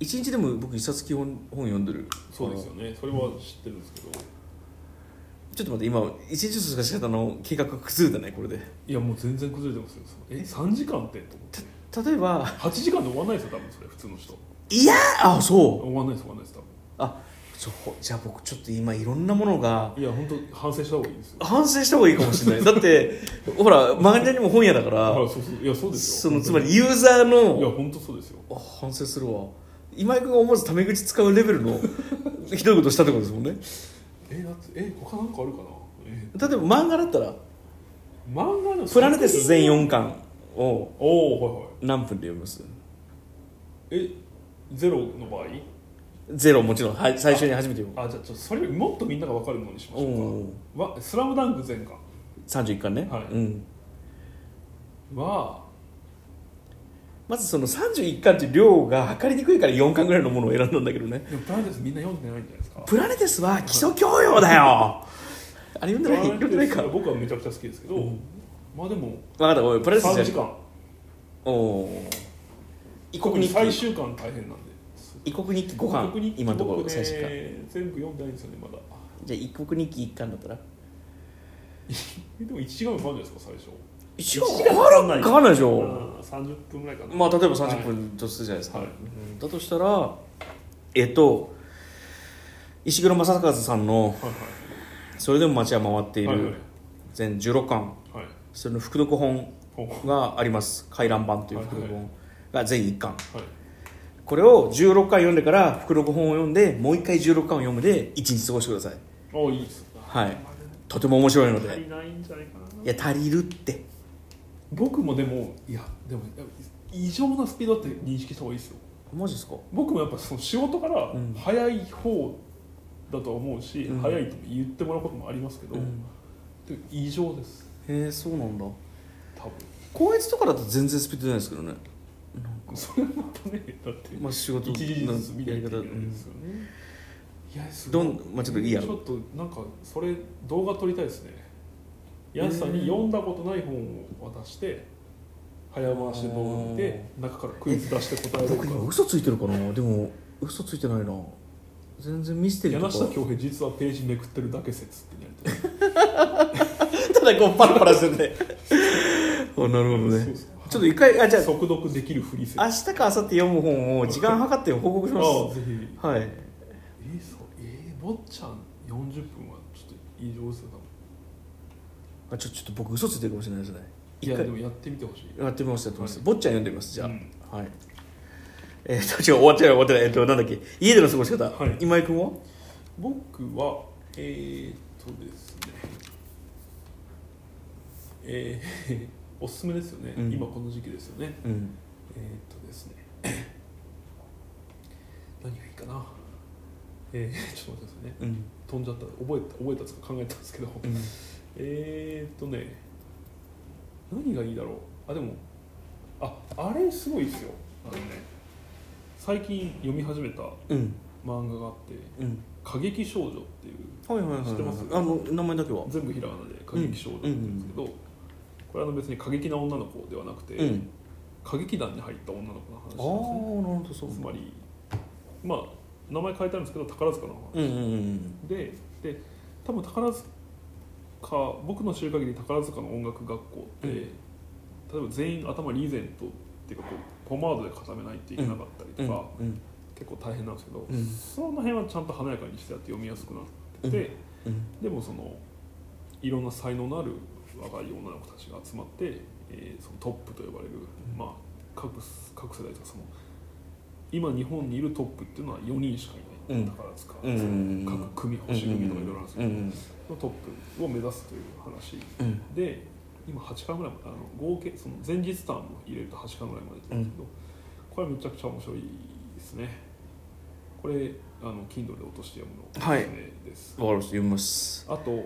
S2: い
S1: 一日でも僕一冊基本本読んでる
S2: そうですよねそれは知ってるんですけど
S1: ちょっと待って今一日ずつしか仕方の計画が崩れたねこれで
S2: いやもう全然崩れてますよそのえ三3時間ってと思って
S1: た例えば
S2: 8時間で終わんないですよ多分それ普通の人
S1: いやあそう
S2: 終わんないです終わんないです多分
S1: あそうじゃあ僕ちょっと今いろんなものが
S2: いや本当反省した方がいいですよ
S1: 反省した方がいいかもし れないだってほら漫画にも本屋だか
S2: あ
S1: ら
S2: そうそういやそうです
S1: そ
S2: よ
S1: のつま
S2: い
S1: りユーザーの
S2: や本当そうですよ
S1: あ反省するわ今井君が思わずタメ口使うレベルの ひどいことしたってことですもんね
S2: えだってえ他なんかあるかなえ
S1: 例えば漫画だったら
S2: 漫画の
S1: 「プラネテス全
S2: 四
S1: 4巻」を
S2: おおはいはい
S1: 何分で読みます
S2: えゼロの場合
S1: ゼロもちろんはい最初に初めて読む
S2: あじゃあちょっとそれよりもっとみんなが分かるのにしましょ
S1: お
S2: うかわ「スラムダンク全巻
S1: 31巻ね、
S2: はい
S1: うん、
S2: は
S1: まずその31巻って量が測りにくいから4巻ぐらいのものを選んだんだけどね
S2: でもプラネテスみんな読んでないんじゃないですか
S1: プラネテスは基礎教養だよあれ読んでない読んでないか分か
S2: 僕はめちゃくちゃ好きですけど、まあでも
S1: ったおいプラネテスじ
S2: 3
S1: ゃ
S2: 時
S1: ない
S2: 間
S1: おおー異
S2: 特
S1: 国
S2: に
S1: 日
S2: 最
S1: 記
S2: 終巻大変なんで
S1: 異国日記5巻
S2: 特に
S1: 今のところ
S2: 僕
S1: 最新巻
S2: ね全部読んでないんですよねまだ
S1: じゃあ一国日記一巻だったら
S2: えでも1時間もかかるんじゃないですか最初
S1: 一時間かかんないかかんないでしょ、
S2: うん30分ぐらいかな
S1: まあ例えば30分とするじゃないですか、
S2: はい
S1: うんだとしたらえっと石黒正和さんの
S2: はい
S1: 「それでも街は回っている」
S2: はいはい
S1: 全16巻
S2: はいはい
S1: それの副読本
S2: ほうはい
S1: があります「回覧版」という副読
S2: はい
S1: 本が全1巻これを16巻読んでから副読本を読んでもう一回16巻を読むで1日過ごしてください
S2: おいいです
S1: はいとても面白いの
S2: 足
S1: で
S2: りないんじゃないかない
S1: や足りるって
S2: 僕もでもいやでもやっぱ異常なスピードだって認識した方がいいですよ
S1: マジですか
S2: 僕もやっぱその仕事から
S1: うん
S2: 早い方だとは思うし、
S1: うん
S2: 早いと言ってもらうこともありますけど、
S1: うん
S2: でも異常です
S1: へえそうなんだ
S2: 多分
S1: 高越とかだと全然スピード出ないですけどね
S2: それはまたねだって
S1: まあ仕事
S2: 一時ずつみたいな
S1: やり方う
S2: や
S1: ん
S2: ですよね、いやす
S1: ど
S2: ごい
S1: んまあちょっとリアル
S2: ちょっとなんかそれ動画撮りたいですねヤンさんに読んだことない本を渡して早回しの動画見て中からクイズ出して答えると
S1: 僕
S2: か
S1: 今嘘ついてるかなでも嘘ついてないな全然ミステリー
S2: 柳
S1: と
S2: 下
S1: か
S2: 恭平実はページめくってるだけ説ってやりた い
S1: ただこうパラパラしてて あなるほど
S2: そう
S1: ね
S2: そう
S1: ちょっと一回あじゃあ
S2: 速読できるふり説
S1: 明日か明後日読む本を時間計って報告しま
S2: ああぜ
S1: す
S2: ひ
S1: はい
S2: えー、そうえー、坊ちゃん40分はちょっと異常ですよ多分
S1: あちょちょっと僕嘘ついてるかもしれないですね
S2: い
S1: 一
S2: や
S1: 回
S2: でもやってみてほしい
S1: やってみますやってみます
S2: はい
S1: 坊ちゃん読んでみますじゃあ、
S2: うん
S1: はいえー、と違う終わっちゃうよ終わってないえっとなんだっけ家での過ごし方、
S2: はい
S1: 今井君は
S2: 僕はえー、っとですねえー、 おすすめですよね、
S1: うん
S2: 今この時期ですよね
S1: うん
S2: えー、っとですね 何がいいかなえー、 ちょっと待ってくださいね
S1: うん
S2: 飛んじゃった覚えた覚えたつか考えたんですけど
S1: うん
S2: えー、っとね何がいいだろうあでもああれすごいですよあのね最近読み始めた
S1: うん
S2: 漫画があって
S1: うん
S2: 「過激少女」っていう
S1: はいはいはいはい
S2: 知ってます
S1: あの名前だけは
S2: 全部ひらがなで過激少女って言うんですけど、これはあの別に過激な女の子ではなくて、
S1: うん
S2: 歌劇団に入った女の子の話なん
S1: ああなる
S2: です
S1: ほどそ
S2: ね
S1: う
S2: つまりまあ名前変えてあるんですけど宝塚の
S1: う
S2: 話、
S1: んうんうん
S2: でで多分宝塚僕の知る限り宝塚の音楽学校って、
S1: うん
S2: 例えば全員頭リーゼントっていうかこうポマードで固めないといけなかったり
S1: うん
S2: とか、
S1: うん
S2: 結構大変なんですけど、
S1: うん
S2: その辺はちゃんと華やかにしてあって読みやすくなってて、
S1: うん
S2: でもそのいろんな才能のある若い女の子たちが集まって、えーそのトップと呼ばれる、まあ、各各世代とかその今日本にいるトップっていうのは4人しかいない、
S1: うん
S2: 宝塚、
S1: うんうんうん
S2: 各組星組とかいろいろあるんですけ
S1: う
S2: ど、
S1: ん
S2: のトップを目指すという話
S1: うん
S2: で今8巻ぐらいまであの合計その前日ターンも入れると8巻ぐらいまで出てるんですけど、これはめちゃくちゃ面白いですねこれあの Kindle で落として読むのおすすめです、
S1: わかりました読みます
S2: あと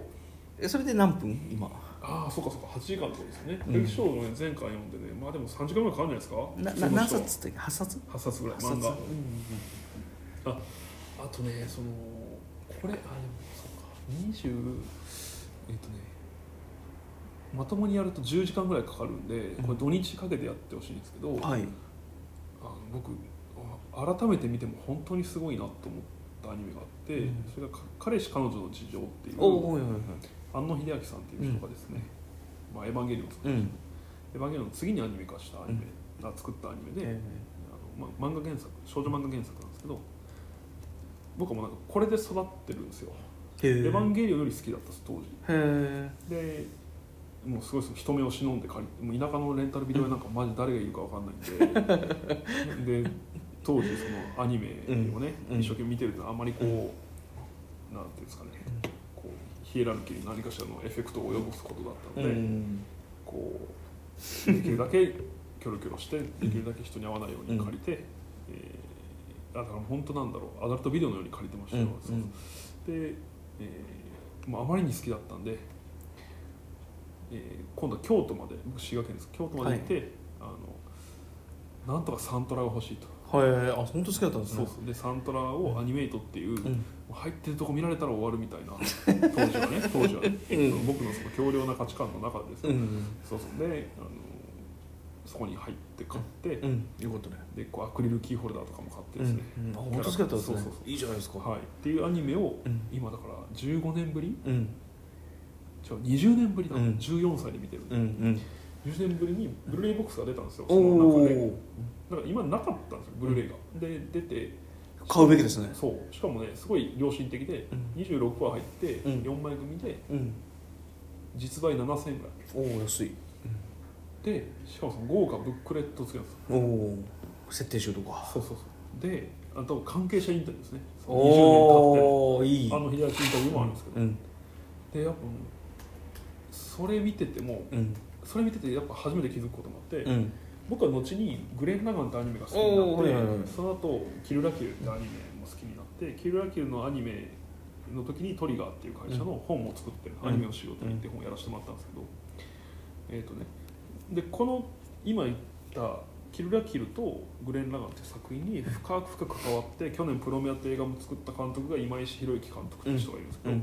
S1: えそれで何分今
S2: ああそうかそうか8時間ってことですね
S1: うん
S2: 歴史書をね前回読んでねまあでも3時間ぐらいかかんじゃないですか
S1: な
S2: そ
S1: な
S2: の
S1: 何
S2: 人
S1: 冊って8冊
S2: 8冊ぐらい
S1: 八冊
S2: 漫画ああとねそのこれあでもそうか20えっ、とねまともにやると10時間ぐらいかかるんでこれ土日かけてやってほしいんですけど、あ
S1: はい
S2: の僕あ改めて見ても本当にすごいなと思ったアニメがあって、
S1: うん
S2: それがか「彼氏彼女の事情」ってい
S1: おお
S2: う
S1: はいはいはい
S2: 庵野秀明さんっていう人がですね「まあ、エヴァンゲリオン」
S1: うん
S2: エヴァンゲリオンの次にアニメ化したアニメ、が作ったアニメで、
S1: え
S2: あのま、漫画原作少女漫画原作なんですけど僕はもうなんかこれで育ってるんですよ
S1: え
S2: 「エ
S1: へ
S2: ヴァンゲリオン」より好きだったんです当時
S1: え
S2: でもうすごいその人目を忍んで借りもう田舎のレンタルビデオ屋なんかマジ誰がいるかわかんないん でで当時そのアニメをね、
S1: うんうん
S2: 一生懸命見てるとあんまりこう、なんていうんですかねこうヒエラルキーに何かしらのエフェクトを及ぼすことだったので、
S1: ん
S2: こうできるだけキョロキョロしてできるだけ人に会わないように借りて、えーだから本当なんだろうアダルトビデオのように借りてましたよ、そうで、えーもうあまりに好きだったんで、えー今度は京都まで僕滋賀県です京都まで行って、あのなんとかサントラが欲しいと。
S1: はいあ本当好きだったんです
S2: そう
S1: ね
S2: そうでサントラをアニメイトっていう、
S1: ん
S2: もう入ってるとこ見られたら終わるみたいな当時はね当時はね、
S1: うん
S2: 僕のその強量な価値観の中でですね
S1: うん
S2: そうそうであのそこに入って買って、
S1: うんよかったね
S2: でこうアクリルキーホルダーとかも買って
S1: う
S2: ですね、
S1: んあ本当好きだったんですね
S2: そうそうそ
S1: いいじゃないです
S2: う
S1: か
S2: はい、っていうアニメを、
S1: うん
S2: 今だから15年ぶり
S1: うん
S2: 違う20年ぶりだ、
S1: うん
S2: 14歳で見てる、
S1: うんうん
S2: 10年ぶりにブルーレイボックスが出たんですよ
S1: お
S2: その中で
S1: お
S2: だから今なかったんですよブルーレイが、で出て
S1: 買うべきですね
S2: そうしかもねすごい良心的で、
S1: うん
S2: 26話入って
S1: うん
S2: 4枚組で
S1: うん
S2: 実売7000円ぐらい
S1: おお安い
S2: でしかもその豪華ブックレット付きなんです
S1: お
S2: よ
S1: お設定しようとか
S2: そうそうそうであと関係者インタビューですねその20
S1: おおい
S2: 年
S1: い
S2: 経ってあの秀明インタビューもあるんですけど、
S1: うん
S2: でやっぱもうそれ見てても
S1: うん
S2: それ見ててやっぱ初めて気づくこともあって、
S1: うん
S2: 僕は後に「グレン・ラガン」ってアニメが好きになっ
S1: おーは
S2: て、
S1: いはいはい
S2: その後キルラキル」ってアニメも好きになってキルラキルのアニメの時にトリガーっていう会社の本も作ってる、
S1: うん
S2: アニメをしようと思って本をやらせてもらったんですけど、えっ、とねでこの今言った「キルラキル」と「グレン・ラガン」っていう作品に深く深く関わって去年プロメアって映画も作った監督が今石博之監督っていう人がいるんですけど、
S1: うん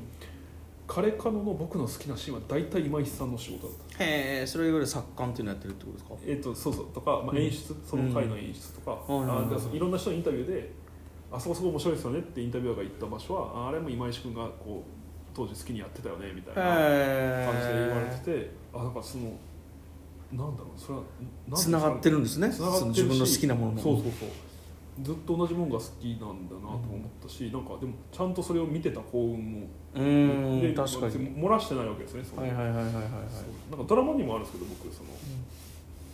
S2: カレカノの僕の好きなシーンは大体今井さんの仕事だった
S1: へえそれはいわゆる作家っていうのやってるってことですか
S2: えっとそうそうとか、ま
S1: うん
S2: あ、演出、その回の演出とか、
S1: うん
S2: あ
S1: うん
S2: だからそのいろんな人のインタビューであそこそこ面白いですよねってインタビュアーが言った場所はああれも今石君がこう当時好きにやってたよねみたいな感じで言われて
S1: へえ
S2: て、あなんかそのなんだろうそれはん
S1: つながってるんですね
S2: つながって
S1: その
S2: るし
S1: 自分の好きなものも
S2: そうそうそうずっと同じものが好きなんだなと思ったし、なんかでもちゃんとそれを見てた幸運も
S1: う
S2: で
S1: ん確か
S2: 別
S1: に
S2: 漏らしてないわけですねその
S1: はいはいはいはいはいはい
S2: そうなんかドラマにもあるんですけど僕その、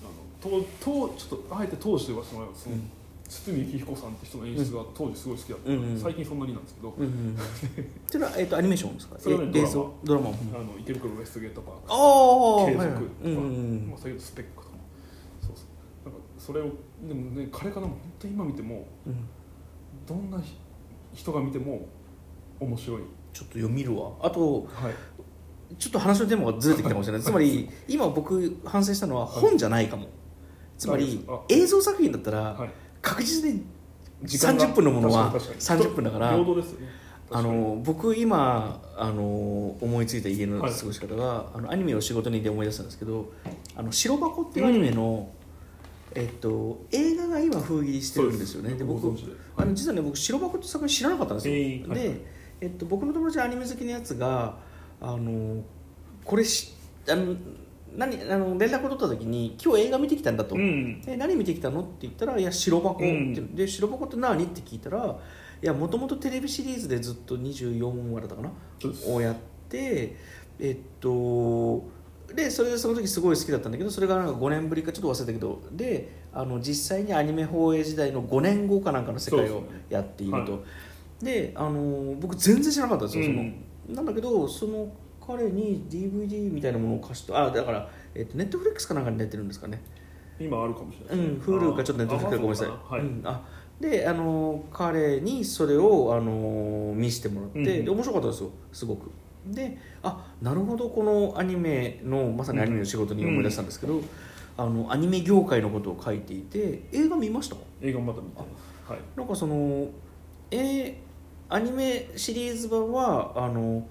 S2: あのととちょっとあえて当時と言わせてもらえばその、
S1: うん
S2: 堤幸彦さんって人の演出が当時すごい好きだった、
S1: うんうん
S2: 最近そんなになんですけど、
S1: うんうんうん それはえっとアニメーションですか
S2: それはね
S1: え
S2: ドラマ
S1: 映像ドラマ
S2: あの池袋ウエストゲートパーク
S1: ああ
S2: 継続とか、
S1: うんうんうん
S2: まあ、先ほどスペックとかもそうそうなんかそれをでもね彼からも本当に今見ても
S1: うん
S2: どんなひ人が見ても面白い、
S1: ちょっと読みるわあと
S2: はい、
S1: ちょっと話のテーマがずれてきたかもしれな いつまり今僕反省したのは本じゃないかもつまり
S2: あ
S1: 映像作品だったら
S2: はい、
S1: 確実に
S2: 時間が
S1: 30分のものは
S2: 確かに確かに
S1: 30分だから
S2: 平等ですよね
S1: あの僕今あの思いついた家の過ごし方が、あのアニメを仕事にで思い出したんですけど「あの白箱」っていうアニメの、えっと、映画が今風切りしてるんですよねで僕あの実はね僕白箱って作品知らなかったんですよ、
S2: えーはい
S1: で、えっと、僕の友達でアニメ好きのやつがあのこれしあの何あの連絡を取った時に「今日映画見てきたんだ」と。
S2: うん
S1: で何見てきたのって言ったら「いや白箱」って、
S2: うん
S1: で白箱って何って聞いたらいやもともとテレビシリーズでずっと24話だったかな
S2: そうです
S1: をやってえっとでそれでその時すごい好きだったんだけどそれがなんか5年ぶりかちょっと忘れたけどであの実際にアニメ放映時代の5年後かなんかの世界
S2: そう
S1: を
S2: ですね
S1: やっているとで,、
S2: は
S1: あの僕全然知らなかったんですよ、
S2: うん
S1: そのなんだけどその彼に DVD みたいなものを貸してあだから、えっと、ネットフリックスかなんかに出てるんですかね
S2: 今あるかもしれな
S1: う
S2: いですね
S1: ん、Hulu かちょっとネットフリックスかごめんなさい、
S2: あ Amazon かなは
S1: う
S2: い
S1: ん、あであの彼にそれをあの見せてもらって、
S2: うん
S1: で面白かったですよすごくであなるほどこのアニメのまさにアニメの仕事に思い出したんですけど、あのアニメ業界のことを書いていて映画見ました
S2: 映画もまた見てますはい
S1: なんかそのえーアニメシリーズ版はあの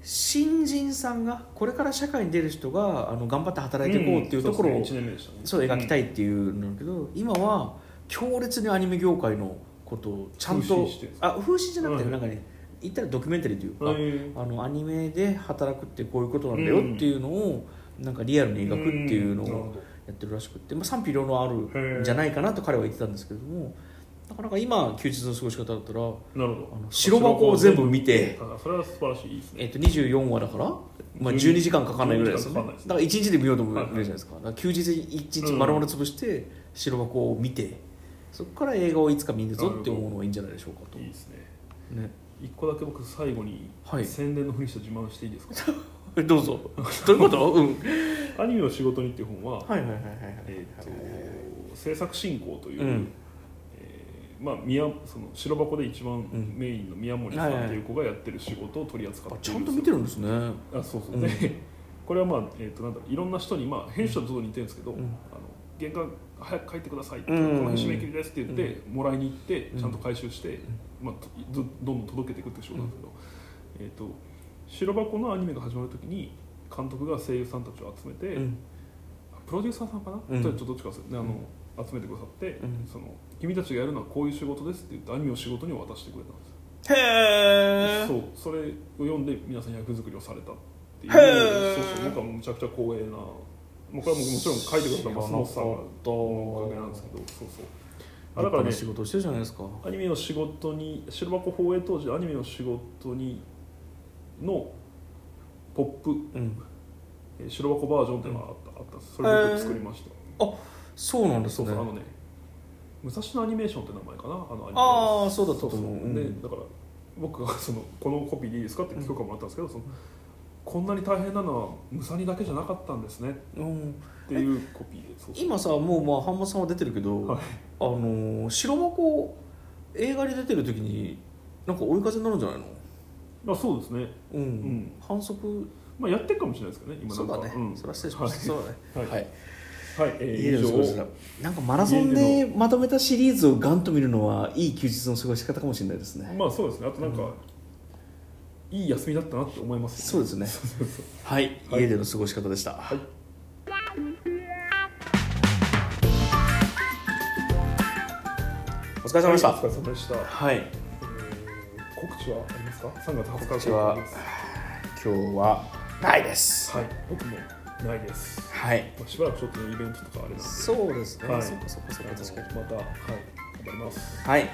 S1: 新人さんがこれから社会に出る人があの頑張って働いていこうっていうところを、
S2: んそですね1年目でしたね
S1: そう描きた
S2: い
S1: いっていうんだけど、今は強烈にアニメ業界のことをちゃんと
S2: 風刺してるんです
S1: あ風刺じゃなくて、
S2: はい
S1: なんかね言ったらドキュメンタリーというか、
S2: はい
S1: あのアニメで働くってこういうことなんだよっていうのを、なんかリアルに描くっていうの
S2: んなる
S1: を
S2: ほど
S1: やってるらしくって、まあ、賛否両論あるんじゃないかなと彼は言ってたんですけれどもなかなか今休日の過ごし方だったら
S2: なるほど
S1: あの白箱を全部見て
S2: あそれは素晴らしいですね
S1: えっと24話だから、まあ、
S2: 12
S1: 12時間かかんないぐらいですよね
S2: 12時間かかんないですね
S1: だから1日で見ようと思うじゃないですか,、だから休日1日丸々潰して白箱を見て、そこから映画をいつか見るぞって思うのがいいんじゃないでしょうかと、
S2: いいですね
S1: ね、
S2: 一個だけ僕最後に
S1: はい
S2: 宣伝のふりして自慢していいですか
S1: えどうぞ どういうこと、うん、
S2: アニメを仕事にっていう本は
S1: はいはいはいはいはい
S2: えーと制作進行といううんえーまあ宮その白箱で一番
S1: ん
S2: メインの宮森さんっていう子がやってる仕事を取り扱っ
S1: あ
S2: てい
S1: ち
S2: る
S1: ゃんと見てるんですねは
S2: あそうそう、
S1: うん
S2: で これはまあ、えー、となんだろういろんな人に、まあ、編集者と似てるんですけど、
S1: うん
S2: あの原画早く書いてくださいって、
S1: うんうんうん
S2: この辺締め切りですって言って、もらいに行ってちゃんと回収して、まあ、とどどんどん届けていくって仕事なんですけど、えー、と白箱のアニメが始まる時に監督が声優さんたちを集めて、
S1: うん
S2: プロデューサーさんかな、
S1: うん
S2: ちょっとどっちかですねあの集めてくださって、
S1: うん
S2: その君たちがやるのはこういう仕事ですって言ってアニメを仕事に渡してくれたんですよ
S1: へえ
S2: そうそれを読んで皆さん役作りをされたってい
S1: へー
S2: うそうそう僕はむちゃくちゃ光栄なもうこれはもうもちろん書いてくれた松本さんのおかげなんですけどそうそうあだからね
S1: 仕事をしてるじゃないですか
S2: アニメの仕事に白箱放映当時アニメの仕事にのポップ
S1: うん
S2: えー白箱バージョンっていうのがあった,、ん、あったんですそれを僕作りました、
S1: そうなんです
S2: そう
S1: ね
S2: そうあのね武蔵野アニメーションって名前かなあのアニメ
S1: ああそうだったと
S2: そうそ
S1: 思う
S2: う
S1: う
S2: で
S1: ん
S2: だから僕が そのこのコピーでいいですかって許可もらったんですけど、そのこんなに大変なのはムサニだけじゃなかったんですね
S1: うん
S2: っていうコピーでそうそう
S1: 今さもうまあ半本さんは出てるけど、
S2: はい
S1: あのー白箱映画に出てる時になんか追い風になるんじゃないの
S2: まあ、そうですね、
S1: うん、
S2: ん
S1: 反則
S2: まあ、やってるかもしれないですけどね今な
S1: そ
S2: ん
S1: う
S2: か
S1: だね、
S2: ん
S1: それは失礼しました、そうだ
S2: は
S1: ね
S2: い
S1: はい、
S2: はい、え
S1: 家で
S2: ー、以
S1: の過ごし
S2: 上
S1: 方なんかマラソン
S2: 家
S1: でまとめたシリーズをガンと見るのはいい休日の過ごし方かもしれないですね
S2: まあそうですねあとなんか、いい休みだったなって思います
S1: そうですねはい、
S2: はい
S1: 家での過ごし方でした、
S2: はい
S1: お疲れ様でした
S2: はいお疲れ様でした、え
S1: はい
S2: ー告知はありますか3月20日
S1: 告知は
S2: です
S1: 今日はないです
S2: はい僕もないです、
S1: はい
S2: まあ、しばらくちょっとねイベントとかあれなんで
S1: そうですね、
S2: はい
S1: そっかそっかそっ
S2: あ
S1: か
S2: の
S1: 確かに
S2: また、はい、頑張ります。
S1: はい
S2: はい、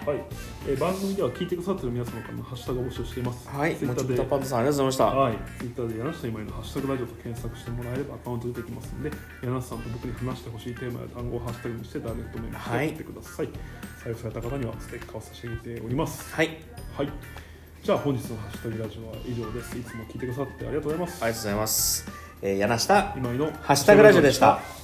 S2: えー番組では聞いてくださってる皆様からのハッシュタグを募集しています。
S1: はい
S2: ツイ
S1: も
S2: ッ
S1: う
S2: タ
S1: ちょっ
S2: ー
S1: と
S2: で、
S1: パンダさんありがとうございました
S2: はい、ツイッターで柳下今井のハッシュタグラジオと検索してもらえればアカウント出てきますので、柳下さんと僕に話してほしいテーマや単語をハッシュタグにしてダイレクトメールして
S1: はい
S2: 送ってください。採用された方にはステッカーを差し上げております。
S1: はいあり
S2: はい。じゃあ本日のハッシュタグラジオは以上です。いつも聞いてくださってありがとうございます。
S1: がとうございます、えー、柳下
S2: 今井の
S1: ハッシュタグラジオでした。